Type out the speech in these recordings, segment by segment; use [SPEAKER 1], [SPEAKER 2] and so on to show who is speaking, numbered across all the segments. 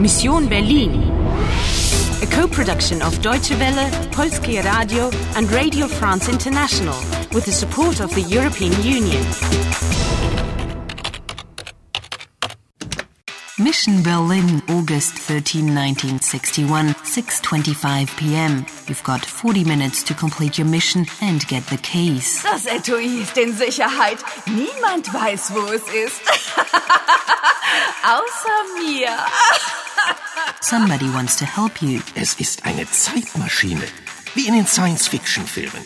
[SPEAKER 1] Mission Berlin. A co-production of Deutsche Welle, Polskie Radio and Radio France International with the support of the European Union.
[SPEAKER 2] Mission Berlin, August 13, 1961, 6.25 p.m. You've got 40 minutes to complete your mission and get the keys.
[SPEAKER 3] Das Etui ist in Sicherheit. Niemand weiß, wo es ist. Außer mir.
[SPEAKER 2] Somebody wants to help you.
[SPEAKER 4] Es ist eine Zeitmaschine, wie in den Science-Fiction-Filmen.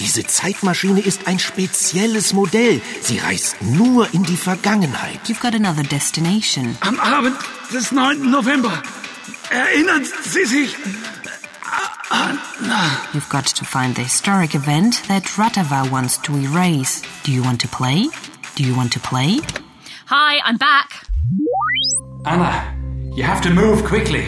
[SPEAKER 4] Diese Zeitmaschine ist ein spezielles Modell. Sie reist nur in die Vergangenheit.
[SPEAKER 2] You've got another destination.
[SPEAKER 5] Am Abend des 9. November. Erinnern Sie sich an...
[SPEAKER 2] You've got to find the historic event that Ratava wants to erase. Do you want to play? Do you want to play?
[SPEAKER 6] Hi, I'm back.
[SPEAKER 7] Anna, you have to move quickly.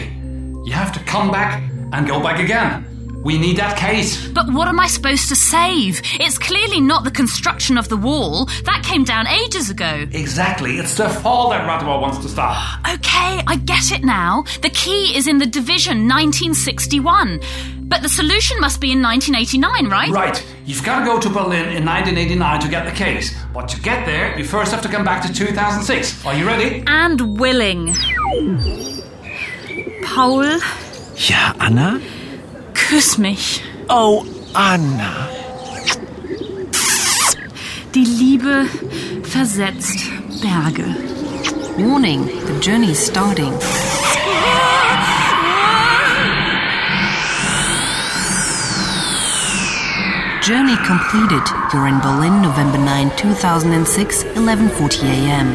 [SPEAKER 7] You have to come back and go back again. We need that case.
[SPEAKER 6] But what am I supposed to save? It's clearly not the construction of the wall. That came down ages ago.
[SPEAKER 7] Exactly. It's the fall that Radwa wants to stop.
[SPEAKER 6] Okay, I get it now. The key is in the division 1961. But the solution must be in 1989, right?
[SPEAKER 7] Right. You've got to go to Berlin in 1989 to get the case. But to get there, you first have to come back to 2006. Are you ready?
[SPEAKER 6] And willing. Paul,
[SPEAKER 4] Ja, Anna?
[SPEAKER 6] küss mich.
[SPEAKER 4] Oh, Anna.
[SPEAKER 6] Die Liebe versetzt Berge.
[SPEAKER 2] Warning, the journey's starting. Journey completed. You're in Berlin, November 9, 2006, 11:40 a.m.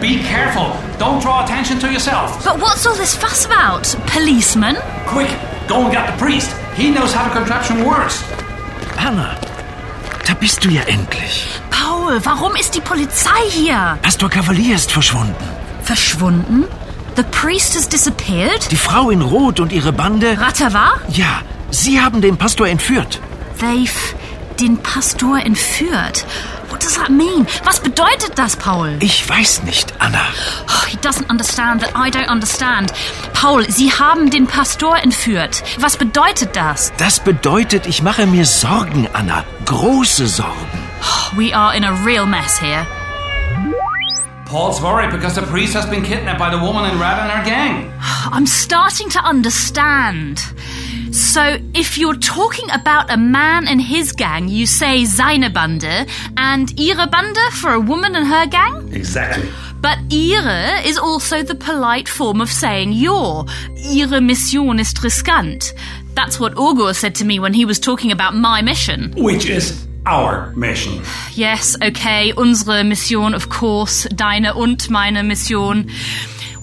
[SPEAKER 7] Be careful. Don't draw attention to yourself.
[SPEAKER 6] But what's all this fuss about? Policeman?
[SPEAKER 7] Quick, go and get the priest. He knows how the contraption works.
[SPEAKER 4] Anna, da bist du ja endlich.
[SPEAKER 6] Paul, warum ist die Polizei hier?
[SPEAKER 4] Pastor Cavalier ist verschwunden.
[SPEAKER 6] Verschwunden? The priest has disappeared?
[SPEAKER 4] Die Frau in Rot und ihre Bande...
[SPEAKER 6] Ratava?
[SPEAKER 4] Ja, sie haben den Pastor entführt.
[SPEAKER 6] They've den Pastor entführt. What does that mean? Was bedeutet das, Paul?
[SPEAKER 4] Ich weiß nicht, Anna.
[SPEAKER 6] Oh, he doesn't understand that I don't understand. Paul, Sie haben den Pastor entführt. Was bedeutet das?
[SPEAKER 4] Das bedeutet, ich mache mir Sorgen, Anna. Große Sorgen.
[SPEAKER 6] We are in a real mess here.
[SPEAKER 7] Paul's worried because the priest has been kidnapped by the woman in red and her gang.
[SPEAKER 6] I'm starting to understand. So, if you're talking about a man and his gang, you say seine Bande and ihre Bande for a woman and her gang?
[SPEAKER 7] Exactly.
[SPEAKER 6] But ihre is also the polite form of saying your. Ihre Mission ist riskant. That's what Orgor said to me when he was talking about my mission.
[SPEAKER 7] Which is our mission.
[SPEAKER 6] Yes, okay, unsere Mission, of course, deine und meine Mission.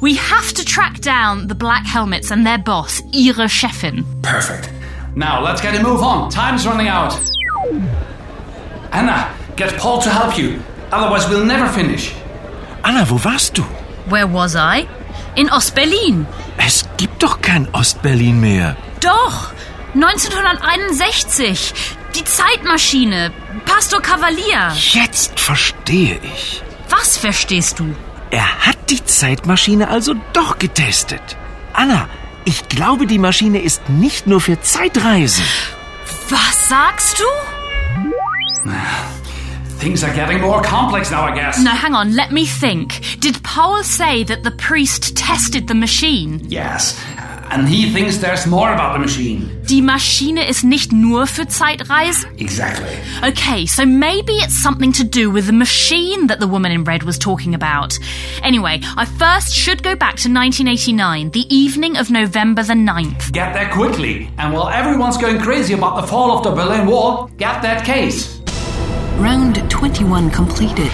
[SPEAKER 6] We have to track down the Black Helmets and their boss, ihre Chefin.
[SPEAKER 7] Perfect. Now let's get a move on. Time's running out. Anna, get Paul to help you. Otherwise, we'll never finish.
[SPEAKER 4] Anna, wo warst du?
[SPEAKER 6] Where was I? In Ostberlin.
[SPEAKER 4] Es gibt doch kein Ostberlin mehr.
[SPEAKER 6] Doch, 1961. Die Zeitmaschine. Pastor Cavalier.
[SPEAKER 4] Jetzt verstehe ich.
[SPEAKER 6] Was verstehst du?
[SPEAKER 4] Er hat die Zeitmaschine also doch getestet. Anna, ich glaube, die Maschine ist nicht nur für Zeitreisen.
[SPEAKER 6] Was sagst du?
[SPEAKER 7] Things are getting more complex now, I guess.
[SPEAKER 6] No, hang on, let me think. Did Paul say that the priest tested the machine?
[SPEAKER 7] Yes. And he thinks there's more about the machine.
[SPEAKER 6] Die Maschine ist nicht nur für Zeitreisen?
[SPEAKER 7] Exactly.
[SPEAKER 6] Okay, so maybe it's something to do with the machine that the woman in red was talking about. Anyway, I first should go back to 1989, the evening of November the 9th.
[SPEAKER 7] Get there quickly. And while everyone's going crazy about the fall of the Berlin Wall, get that case.
[SPEAKER 2] Round 21 completed.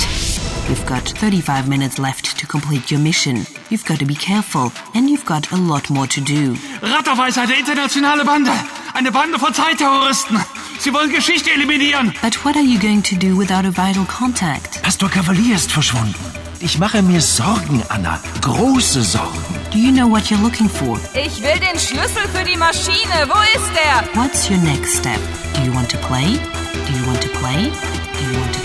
[SPEAKER 2] You've got 35 minutes left to complete your mission. You've got to be careful, and you've got a lot more to do.
[SPEAKER 5] Ratterfall ist eine internationale Bande. Eine Bande von Zeitterroristen. Sie wollen Geschichte eliminieren.
[SPEAKER 2] But what are you going to do without a vital contact?
[SPEAKER 4] Pastor Cavalier ist verschwunden. Ich mache mir Sorgen, Anna. Große Sorgen.
[SPEAKER 2] Do you know what you're looking for?
[SPEAKER 3] Ich will den Schlüssel für die Maschine. Wo ist er?
[SPEAKER 2] What's your next step? Do you want to play? Do you want to play? Do you want to